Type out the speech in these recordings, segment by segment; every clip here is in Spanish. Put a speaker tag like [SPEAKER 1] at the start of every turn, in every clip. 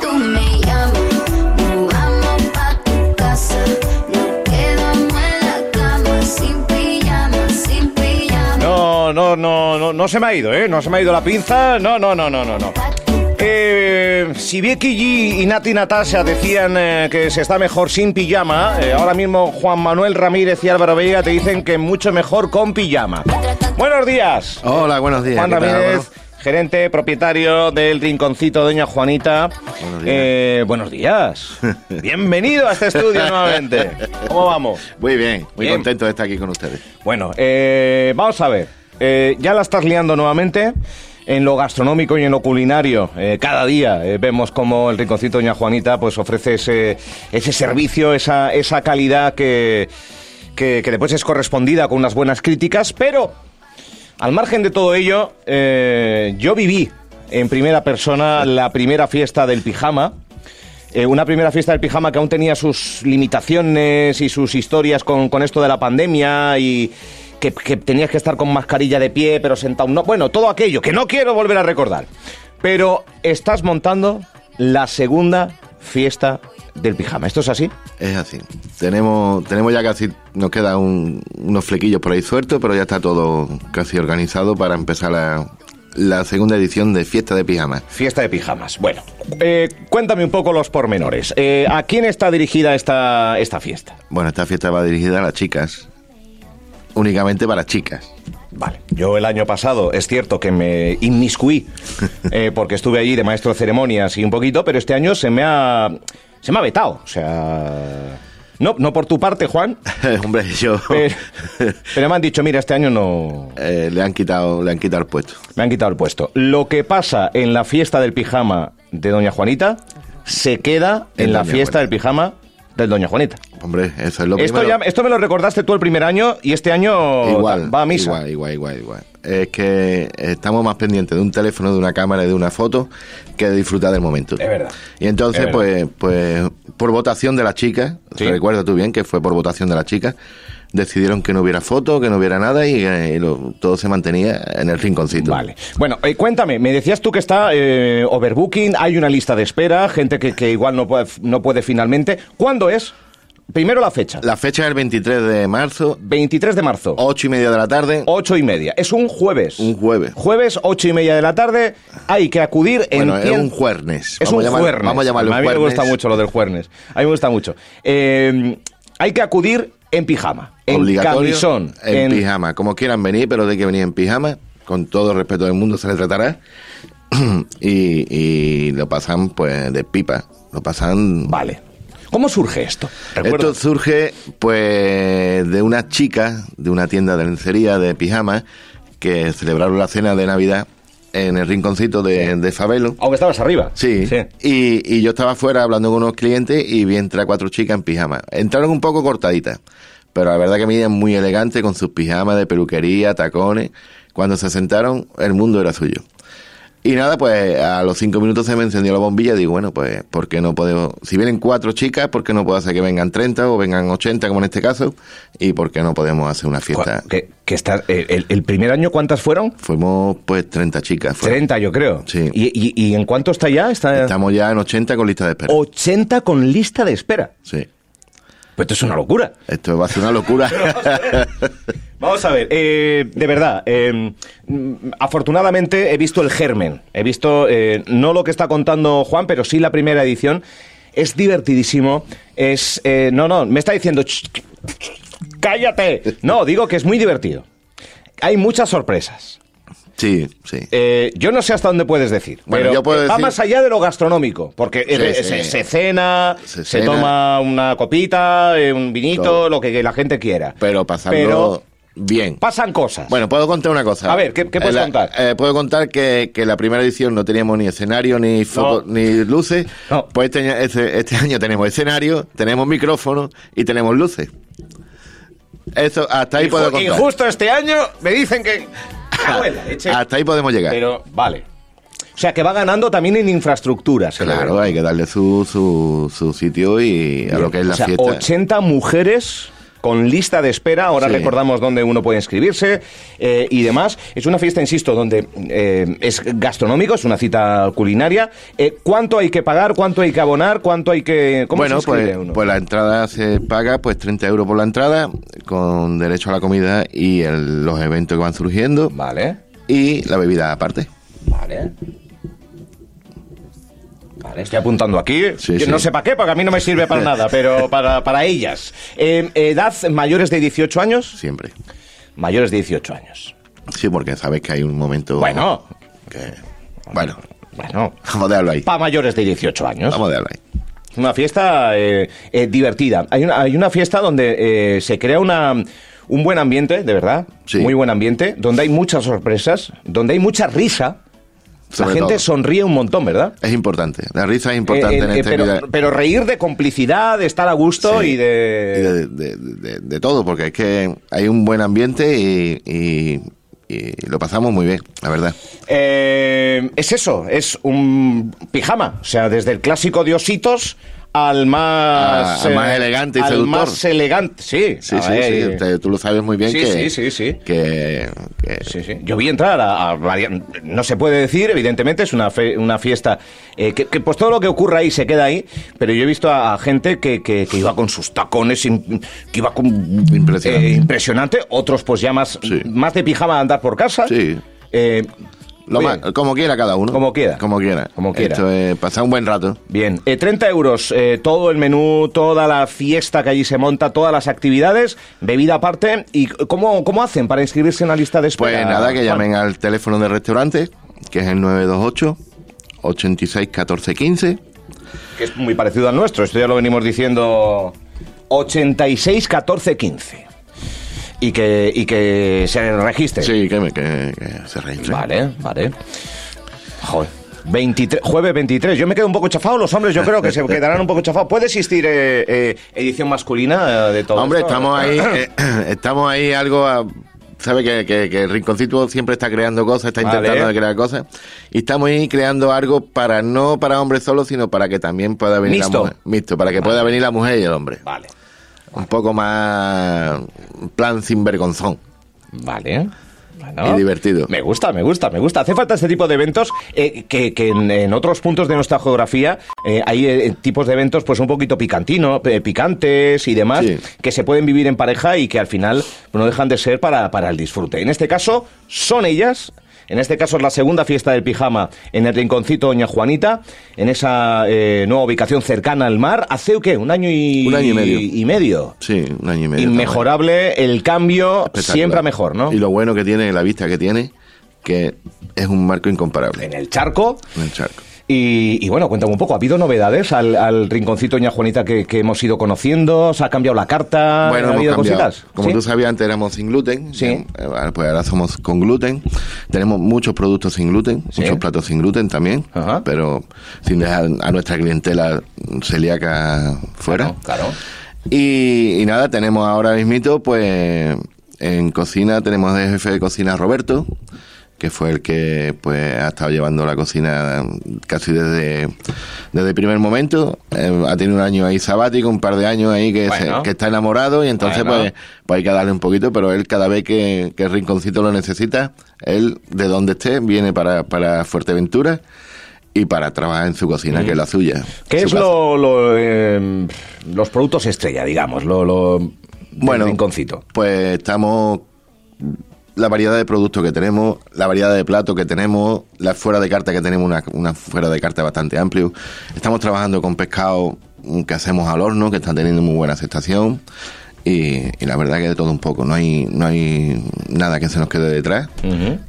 [SPEAKER 1] Tú me llamas, nos vamos pa' tu casa. Nos quedamos en la cama sin pijama, sin pijama.
[SPEAKER 2] No, no, no, no, no se me ha ido, ¿eh? No se me ha ido la pinza. No, no, no, no, no, no. Eh, si Becky G y Nati Natasha decían eh, que se está mejor sin pijama, eh, ahora mismo Juan Manuel Ramírez y Álvaro Vega te dicen que mucho mejor con pijama. Buenos días.
[SPEAKER 3] Hola, buenos días.
[SPEAKER 2] Juan
[SPEAKER 3] ¿qué tal,
[SPEAKER 2] Ramírez,
[SPEAKER 3] Álvaro?
[SPEAKER 2] gerente, propietario del Rinconcito Doña Juanita.
[SPEAKER 3] Buenos días.
[SPEAKER 2] Eh, buenos días. Bienvenido a este estudio nuevamente. ¿Cómo vamos?
[SPEAKER 3] Muy bien, muy
[SPEAKER 2] Bien.
[SPEAKER 3] contento de estar aquí con ustedes.
[SPEAKER 2] Bueno, eh, vamos a ver. Eh, ya la estás liando nuevamente. En lo gastronómico y en lo culinario, eh, cada día eh, vemos como el Rinconcito Doña Juanita pues ofrece ese, ese servicio, esa, esa calidad que, que- que después es correspondida con unas buenas críticas, pero al margen de todo ello, eh, yo viví en primera persona la primera fiesta del pijama. Eh, una primera fiesta del pijama que aún tenía sus limitaciones y sus historias con, con esto de la pandemia y que, que tenías que estar con mascarilla de pie, pero sentado. No, bueno, todo aquello que no quiero volver a recordar. Pero estás montando la segunda fiesta del pijama. ¿Esto es así?
[SPEAKER 3] Es así. Tenemos, tenemos ya casi, nos quedan un- unos flequillos por ahí sueltos, pero ya está todo casi organizado para empezar la, la segunda edición de Fiesta de Pijamas.
[SPEAKER 2] Fiesta de pijamas. Bueno, eh, cuéntame un poco los pormenores. Eh, ¿A quién está dirigida esta, esta fiesta?
[SPEAKER 3] Bueno, esta fiesta va dirigida a las chicas, únicamente para chicas.
[SPEAKER 2] Vale, yo el año pasado es cierto que me inmiscuí eh, porque estuve allí de maestro de ceremonias y un poquito, pero este año se me ha se me ha vetado, o sea, no no por tu parte, Juan,
[SPEAKER 3] Hombre, yo...
[SPEAKER 2] pero, pero me han dicho, mira, este año no
[SPEAKER 3] eh, le han quitado, le han quitado el puesto.
[SPEAKER 2] me han quitado el puesto. Lo que pasa en la fiesta del pijama de Doña Juanita se queda en,
[SPEAKER 3] En
[SPEAKER 2] la
[SPEAKER 3] Doña
[SPEAKER 2] fiesta
[SPEAKER 3] Juanita.
[SPEAKER 2] del pijama del Doña Juanita.
[SPEAKER 3] Hombre, eso es lo
[SPEAKER 2] Esto,
[SPEAKER 3] primero.
[SPEAKER 2] ya, esto me lo recordaste tú el primer año y este año
[SPEAKER 3] Igual,
[SPEAKER 2] va a misa.
[SPEAKER 3] Igual, igual, igual, igual. Es que estamos más pendientes de un teléfono, de una cámara y de una foto que de disfrutar del momento.
[SPEAKER 2] Es verdad.
[SPEAKER 3] Y entonces,
[SPEAKER 2] Es
[SPEAKER 3] pues, pues, por votación de las chicas,
[SPEAKER 2] Sí.
[SPEAKER 3] recuerda tú bien que fue por votación de las chicas, decidieron que no hubiera foto, que no hubiera nada y, eh, y lo- todo se mantenía en el rinconcito.
[SPEAKER 2] Vale. Bueno, eh, cuéntame, me decías tú que está eh, overbooking, hay una lista de espera, gente que, que igual no puede, no puede finalmente. ¿Cuándo es? Primero la fecha.
[SPEAKER 3] La fecha es el 23 de marzo,
[SPEAKER 2] 23 de marzo,
[SPEAKER 3] 8 y media de la tarde.
[SPEAKER 2] 8 y media. Es un jueves.
[SPEAKER 3] Un jueves.
[SPEAKER 2] Jueves, 8 y media de la tarde. Hay que acudir en...
[SPEAKER 3] Bueno, es un jueves.
[SPEAKER 2] Es
[SPEAKER 3] Vamos
[SPEAKER 2] un
[SPEAKER 3] a llamar-
[SPEAKER 2] jueves.
[SPEAKER 3] vamos a llamarlo
[SPEAKER 2] A mí me
[SPEAKER 3] jueves.
[SPEAKER 2] gusta mucho lo del jueves. A mí me gusta mucho. Eh, hay que acudir en pijama, en
[SPEAKER 3] obligatorio
[SPEAKER 2] camisón,
[SPEAKER 3] en, pijama. Como quieran venir, pero de que venir en pijama, con todo el respeto del mundo se le tratará. y, y lo pasan pues de pipa, lo pasan...
[SPEAKER 2] Vale. ¿Cómo surge esto?
[SPEAKER 3] Esto surge pues de una chica de una tienda de lencería de pijama que celebraron la cena de Navidad en el rinconcito de, de Fabelo.
[SPEAKER 2] Aunque estabas arriba.
[SPEAKER 3] Sí, Y, y yo estaba afuera hablando con unos clientes y vi entrar cuatro chicas en pijama. Entraron un poco cortaditas, pero la verdad que me iban muy elegante con sus pijamas de peluquería, tacones. Cuando se sentaron, el mundo era suyo. Y nada, pues a los cinco minutos se me encendió la bombilla y digo, bueno, pues, ¿por qué no podemos? Si vienen cuatro chicas, ¿por qué no puedo hacer que vengan 30 o vengan 80, como en este caso? ¿Y por qué no podemos hacer una fiesta?
[SPEAKER 2] Cua- Que, que está, eh, el, el primer año, ¿cuántas fueron?
[SPEAKER 3] Fuimos, pues, 30 chicas. fueron.
[SPEAKER 2] 30, yo creo.
[SPEAKER 3] Sí.
[SPEAKER 2] ¿Y, y, y en cuánto está ya? Está
[SPEAKER 3] Estamos ya en 80 con lista de
[SPEAKER 2] Oh.
[SPEAKER 3] espera.
[SPEAKER 2] 80 con lista de espera.
[SPEAKER 3] Sí.
[SPEAKER 2] Pues esto es una locura.
[SPEAKER 3] Esto va a ser una locura.
[SPEAKER 2] Vamos a ver, eh, de verdad, eh, mm, afortunadamente he visto el germen, he visto eh, no lo que está contando Juan, pero sí la primera edición. Es divertidísimo, es... eh, no, no, me está diciendo... "Ch, ch, ch, ¡Cállate! No, digo que es muy divertido. Hay muchas sorpresas.
[SPEAKER 3] Sí, sí.
[SPEAKER 2] Eh, yo no sé hasta dónde puedes decir.
[SPEAKER 3] Bueno,
[SPEAKER 2] pero
[SPEAKER 3] yo puedo
[SPEAKER 2] eh, va
[SPEAKER 3] decir-
[SPEAKER 2] más allá de lo gastronómico, porque eh,
[SPEAKER 3] Sí,
[SPEAKER 2] eh,
[SPEAKER 3] sí.
[SPEAKER 2] Se, se cena, se,
[SPEAKER 3] Se cena.
[SPEAKER 2] toma una copita, eh, un vinito,
[SPEAKER 3] Todo.
[SPEAKER 2] lo que la gente quiera.
[SPEAKER 3] Pero pasando
[SPEAKER 2] Pero
[SPEAKER 3] bien.
[SPEAKER 2] pasan cosas.
[SPEAKER 3] bueno, puedo contar una cosa.
[SPEAKER 2] A ver, ¿qué- qué
[SPEAKER 3] Eh,
[SPEAKER 2] puedes
[SPEAKER 3] la-
[SPEAKER 2] contar?
[SPEAKER 3] eh, puedo contar que, que la primera edición no teníamos ni escenario, ni foco-
[SPEAKER 2] No.
[SPEAKER 3] ni luces.
[SPEAKER 2] No.
[SPEAKER 3] Pues este, este- este año tenemos escenario, tenemos micrófono y tenemos luces. Eso, hasta ahí
[SPEAKER 2] Y
[SPEAKER 3] puedo
[SPEAKER 2] ju- y
[SPEAKER 3] contar. Ah,
[SPEAKER 2] justo este año me dicen que... Ah, Cago en la leche.
[SPEAKER 3] Hasta ahí podemos llegar.
[SPEAKER 2] Pero, vale. O sea, que va ganando también en infraestructuras.
[SPEAKER 3] claro, hay que darle su, su, su sitio y a lo que es la
[SPEAKER 2] o sea,
[SPEAKER 3] fiesta.
[SPEAKER 2] 80 mujeres con lista de espera. Ahora
[SPEAKER 3] Sí.
[SPEAKER 2] recordamos dónde uno puede inscribirse eh, y demás. Es una fiesta, insisto, donde eh, es gastronómico, es una cita culinaria. Eh, ¿Cuánto hay que pagar? ¿Cuánto hay que abonar? ¿Cuánto hay que...? ¿Cómo
[SPEAKER 3] bueno,
[SPEAKER 2] se inscribe
[SPEAKER 3] pues,
[SPEAKER 2] uno?
[SPEAKER 3] pues la entrada se paga pues 30 euros por la entrada, con derecho a la comida y el- los eventos que van surgiendo,
[SPEAKER 2] Vale,
[SPEAKER 3] y la bebida aparte.
[SPEAKER 2] vale. Vale, estoy apuntando aquí.
[SPEAKER 3] Sí,
[SPEAKER 2] Yo
[SPEAKER 3] sí.
[SPEAKER 2] No sé para qué, porque a mí no me sirve para nada, pero para, para ellas. Eh, ¿Edad mayores de 18 años?
[SPEAKER 3] Siempre.
[SPEAKER 2] Mayores de 18 años.
[SPEAKER 3] Sí, porque sabes que hay un momento...
[SPEAKER 2] Bueno,
[SPEAKER 3] que- bueno,
[SPEAKER 2] bueno.
[SPEAKER 3] vamos a dejarlo ahí.
[SPEAKER 2] Para mayores de 18 años.
[SPEAKER 3] Vamos a dejarlo ahí.
[SPEAKER 2] Una fiesta eh, eh, divertida. Hay una, hay una fiesta donde eh, se crea una, un buen ambiente, de verdad.
[SPEAKER 3] Sí.
[SPEAKER 2] Muy buen ambiente. Donde hay muchas sorpresas, donde hay mucha risa.
[SPEAKER 3] Sobre
[SPEAKER 2] la gente
[SPEAKER 3] todo.
[SPEAKER 2] sonríe un montón, ¿verdad?
[SPEAKER 3] Es importante, la risa es importante
[SPEAKER 2] Eh, eh,
[SPEAKER 3] en
[SPEAKER 2] eh,
[SPEAKER 3] este
[SPEAKER 2] pero,
[SPEAKER 3] vida-
[SPEAKER 2] pero reír de complicidad, de estar a gusto
[SPEAKER 3] Sí.
[SPEAKER 2] y de...
[SPEAKER 3] Y de, de- de- de todo, porque es que hay un buen ambiente y, y- y lo pasamos muy bien, la verdad.
[SPEAKER 2] Eh, es eso, es un pijama. O sea, desde el clásico de ositos al más... eh,
[SPEAKER 3] Ah, al más elegante y
[SPEAKER 2] al
[SPEAKER 3] seductor.
[SPEAKER 2] más elegante, sí.
[SPEAKER 3] Sí,
[SPEAKER 2] A
[SPEAKER 3] sí,
[SPEAKER 2] ver,
[SPEAKER 3] sí,
[SPEAKER 2] eh,
[SPEAKER 3] te- tú lo sabes muy bien
[SPEAKER 2] Sí, sí,
[SPEAKER 3] que,
[SPEAKER 2] sí, sí.
[SPEAKER 3] que- que-
[SPEAKER 2] Sí, sí. Yo vi entrar a, a varias- No se puede decir, evidentemente, es una, fe- una fiesta eh, que, que, pues todo lo que ocurra ahí se queda ahí, pero yo he visto a, a gente que, que- que iba con sus tacones, im- que iba con...
[SPEAKER 3] Impresionante.
[SPEAKER 2] eh, impresionante. Otros pues ya más,
[SPEAKER 3] Sí.
[SPEAKER 2] más de pijama a andar por casa.
[SPEAKER 3] Sí.
[SPEAKER 2] Eh,
[SPEAKER 3] lo
[SPEAKER 2] bien.
[SPEAKER 3] más- como quiera cada uno.
[SPEAKER 2] Como quiera.
[SPEAKER 3] Como quiera.
[SPEAKER 2] Como quiera.
[SPEAKER 3] Esto es pasar un buen rato.
[SPEAKER 2] Bien, Eh, 30 euros, eh, todo el menú, toda la fiesta que allí se monta, todas las actividades, bebida aparte. ¿Y c- cómo, cómo hacen para inscribirse en la lista de
[SPEAKER 3] Pues
[SPEAKER 2] espera?
[SPEAKER 3] nada, que
[SPEAKER 2] Juan?
[SPEAKER 3] llamen al teléfono del restaurante, que es el 928 86 14 15.
[SPEAKER 2] que es muy parecido al nuestro, esto ya lo venimos diciendo 86 14 15. Y que, y que se registre.
[SPEAKER 3] Sí, que, me- que- que se registren.
[SPEAKER 2] Vale, vale. Joder. 23, jueves 23, yo me quedo un poco chafado, los hombres yo creo que se quedarán un poco chafados. ¿Puede existir eh, eh, edición masculina eh, de todo
[SPEAKER 3] Hombre,
[SPEAKER 2] esto?
[SPEAKER 3] estamos ahí, eh, estamos ahí algo a- Sabe que, que- que el Rinconcito siempre está creando cosas, está
[SPEAKER 2] Vale.
[SPEAKER 3] intentando de crear cosas. Y estamos ahí creando algo para no para hombres solos, sino para que también pueda venir
[SPEAKER 2] Mixto.
[SPEAKER 3] la mujer. Mixto, para que pueda venir la mujer y el hombre.
[SPEAKER 2] Vale,
[SPEAKER 3] Un poco más un plan sin vergonzón.
[SPEAKER 2] vale. Bueno.
[SPEAKER 3] Y divertido.
[SPEAKER 2] Me gusta, me gusta, me gusta. Hace falta este tipo de eventos eh, que, que en, en otros puntos de nuestra geografía eh, hay eh, tipos de eventos pues un poquito picantino, eh, picantes y demás,
[SPEAKER 3] Sí.
[SPEAKER 2] que se pueden vivir en pareja y que al final no dejan de ser para, para el disfrute. En este caso, son ellas. En este caso es la segunda fiesta del pijama en el rinconcito Doña Juanita, en esa eh, nueva ubicación cercana al mar. ¿Hace qué? ¿Un año y,
[SPEAKER 3] Un año y medio.
[SPEAKER 2] y medio.
[SPEAKER 3] Sí, un año y medio.
[SPEAKER 2] Inmejorable el cambio,
[SPEAKER 3] Espectacular.
[SPEAKER 2] siempre a mejor, ¿no?
[SPEAKER 3] Y lo bueno que tiene, la vista que tiene, que es un marco incomparable
[SPEAKER 2] En el charco.
[SPEAKER 3] en el charco.
[SPEAKER 2] Y, y bueno, cuéntame un poco, ¿ha habido novedades al, al rinconcito Doña Juanita que, que hemos ido conociendo? ¿Se ha cambiado la carta?
[SPEAKER 3] Bueno,
[SPEAKER 2] Ah, ¿Ha
[SPEAKER 3] hemos
[SPEAKER 2] habido
[SPEAKER 3] cambiado.
[SPEAKER 2] cositas?
[SPEAKER 3] Como
[SPEAKER 2] ¿Sí?
[SPEAKER 3] tú sabías, antes éramos sin gluten.
[SPEAKER 2] Sí.
[SPEAKER 3] Eh, ahora, Pues ahora somos con gluten. Tenemos muchos productos sin gluten,
[SPEAKER 2] Sí.
[SPEAKER 3] muchos platos sin gluten también,
[SPEAKER 2] Ajá.
[SPEAKER 3] pero sin dejar a nuestra clientela celíaca fuera.
[SPEAKER 2] Claro, claro.
[SPEAKER 3] Y, y nada, tenemos ahora mismito, pues en cocina tenemos de jefe de cocina a Roberto, que fue el que pues ha estado llevando la cocina casi desde, desde el primer momento. Eh, ha tenido un año ahí sabático, un par de años ahí que, se-
[SPEAKER 2] Bueno.
[SPEAKER 3] que está enamorado y entonces
[SPEAKER 2] Bueno.
[SPEAKER 3] pues, pues hay que darle un poquito, pero él cada vez que, que el rinconcito lo necesita, él de donde esté viene para, para Fuerteventura y para trabajar en su cocina, que es la suya.
[SPEAKER 2] ¿Qué
[SPEAKER 3] su
[SPEAKER 2] es
[SPEAKER 3] casa.
[SPEAKER 2] lo, lo, eh, los productos estrella, digamos? Lo, lo del
[SPEAKER 3] Bueno,
[SPEAKER 2] rinconcito.
[SPEAKER 3] Pues estamos. La variedad de productos que tenemos, la variedad de platos que tenemos, la fuera de carta que tenemos, una, una fuera de carta bastante amplio. Estamos trabajando con pescado mm, que hacemos al horno, que están teniendo muy buena aceptación. Y, y la verdad que de todo un poco, no hay, no hay nada que se nos quede detrás.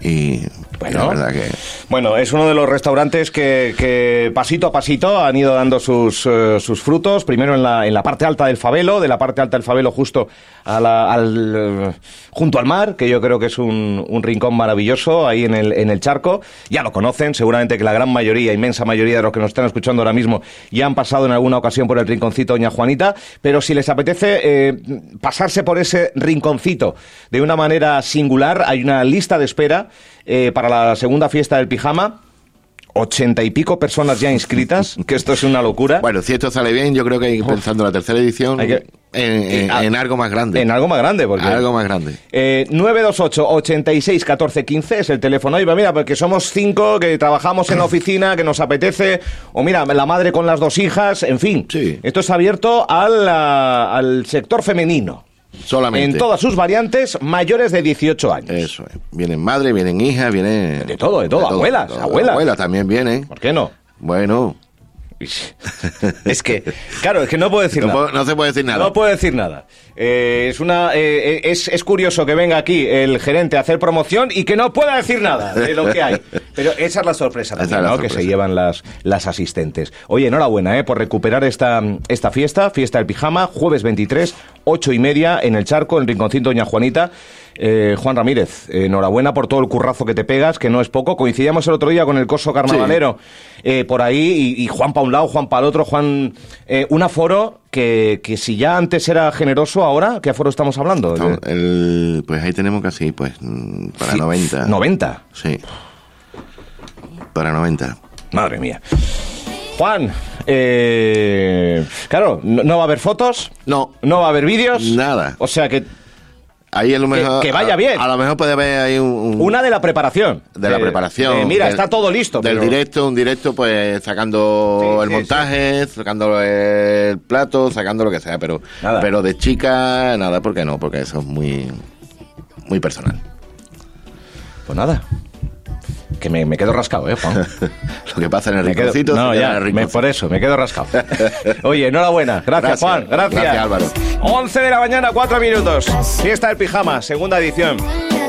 [SPEAKER 3] Y
[SPEAKER 2] Bueno.
[SPEAKER 3] la verdad que.
[SPEAKER 2] Bueno, es uno de los restaurantes que, que pasito a pasito han ido dando sus, eh, sus frutos. Primero en la, en la parte alta del Fabelo, de la parte alta del Fabelo justo a la- al, eh, junto al mar, que yo creo que es un, un rincón maravilloso ahí en el, en el charco. Ya lo conocen, seguramente que la gran mayoría, inmensa mayoría de los que nos están escuchando ahora mismo ya han pasado en alguna ocasión por el rinconcito Doña Juanita. Pero si les apetece eh, pasarse por ese rinconcito de una manera singular, hay una lista de espera eh, para la segunda fiesta del pijama. 80 y pico personas ya inscritas, que esto es una locura.
[SPEAKER 3] Bueno, si esto sale bien, yo creo que hay que ir pensando en la tercera edición
[SPEAKER 2] Hay que-
[SPEAKER 3] en, en-
[SPEAKER 2] a-
[SPEAKER 3] en algo más grande.
[SPEAKER 2] En algo más grande, porque...
[SPEAKER 3] Algo más grande.
[SPEAKER 2] Eh, 928 86 14 15 es el teléfono. Oye, mira, porque somos cinco que trabajamos en la oficina, que nos apetece. O mira, la madre con las dos hijas, en fin.
[SPEAKER 3] Sí.
[SPEAKER 2] Esto es abierto al, ah, al sector femenino.
[SPEAKER 3] Solamente.
[SPEAKER 2] En todas sus variantes, mayores de 18 años.
[SPEAKER 3] Eso es. Vienen madres, vienen hijas, vienen...
[SPEAKER 2] De todo, de todo. Abuelas, abuelas.
[SPEAKER 3] Abuelas también vienen.
[SPEAKER 2] ¿Por qué no?
[SPEAKER 3] Bueno.
[SPEAKER 2] Es que, claro, es que no puedo decir
[SPEAKER 3] No,
[SPEAKER 2] nada.
[SPEAKER 3] puedo- no se puede decir nada.
[SPEAKER 2] No puedo decir nada. Eh, es, una, eh, es, es curioso que venga aquí el gerente a hacer promoción y que no pueda decir nada de lo que hay. Pero esa es la sorpresa
[SPEAKER 3] Esa es
[SPEAKER 2] también,
[SPEAKER 3] la
[SPEAKER 2] ¿no?
[SPEAKER 3] sorpresa.
[SPEAKER 2] que se llevan las, las asistentes. Oye, enhorabuena eh, por recuperar esta, esta fiesta, fiesta del pijama, jueves 23, 8 y media, en el charco, en Rinconcito Doña Juanita. Eh, Juan Ramírez, eh, enhorabuena por todo el currazo que te pegas, que no es poco. Coincidíamos el otro día con el coso carnavalero eh, por ahí y, y Juan para un lado, Juan para el otro, Juan. eh, un aforo que, que si ya antes era generoso, ahora, ¿qué aforo estamos hablando?
[SPEAKER 3] Estamos- el- pues ahí tenemos casi, pues, mm, para
[SPEAKER 2] Sí,
[SPEAKER 3] 90.
[SPEAKER 2] 90.
[SPEAKER 3] Sí. Para 90.
[SPEAKER 2] Madre mía. Juan, eh, claro, no, no va a haber fotos,
[SPEAKER 3] No.
[SPEAKER 2] no va a haber vídeos.
[SPEAKER 3] Nada.
[SPEAKER 2] O sea que
[SPEAKER 3] Ahí a lo
[SPEAKER 2] Que-
[SPEAKER 3] mejor...
[SPEAKER 2] que vaya
[SPEAKER 3] a-
[SPEAKER 2] bien.
[SPEAKER 3] A, lo mejor puede haber ahí un... un-
[SPEAKER 2] una de la preparación.
[SPEAKER 3] de la
[SPEAKER 2] Eh,
[SPEAKER 3] preparación.
[SPEAKER 2] eh, mira,
[SPEAKER 3] del-
[SPEAKER 2] está todo listo.
[SPEAKER 3] Del
[SPEAKER 2] pero-
[SPEAKER 3] directo, un directo, pues sacando
[SPEAKER 2] Sí,
[SPEAKER 3] el
[SPEAKER 2] sí,
[SPEAKER 3] montaje, sacando el plato, sacando lo que sea, pero,
[SPEAKER 2] Nada.
[SPEAKER 3] pero de chica, nada, porque no, porque eso es muy, muy personal.
[SPEAKER 2] Pues nada. Que me, me quedo rascado, ¿eh, Juan?
[SPEAKER 3] Lo que pasa en el
[SPEAKER 2] Me quedo-
[SPEAKER 3] rinconcito,
[SPEAKER 2] no,
[SPEAKER 3] se queda
[SPEAKER 2] ya,
[SPEAKER 3] en el
[SPEAKER 2] me-
[SPEAKER 3] rinconcito.
[SPEAKER 2] por eso, me quedo rascado. Oye, enhorabuena. Gracias,
[SPEAKER 3] Gracias,
[SPEAKER 2] Juan. Gracias.
[SPEAKER 3] gracias, Álvaro.
[SPEAKER 2] 11 de la mañana, 4 minutos. Fiesta del Pijama, segunda edición.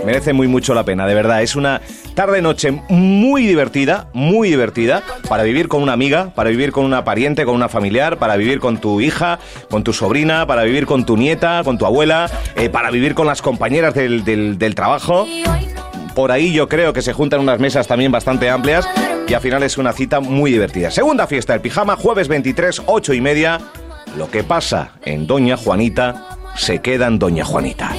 [SPEAKER 2] Merece muy mucho la pena, de verdad. Es una tarde-noche muy divertida, muy divertida, para vivir con una amiga, para vivir con una pariente, con una familiar, para vivir con tu hija, con tu sobrina, para vivir con tu nieta, con tu abuela, eh, para vivir con las compañeras del, del- del trabajo. Por ahí yo creo que se juntan unas mesas también bastante amplias y al final es una cita muy divertida. Segunda fiesta del pijama, jueves 23, 8 y media. Lo que pasa en Doña Juanita se queda en Doña Juanita.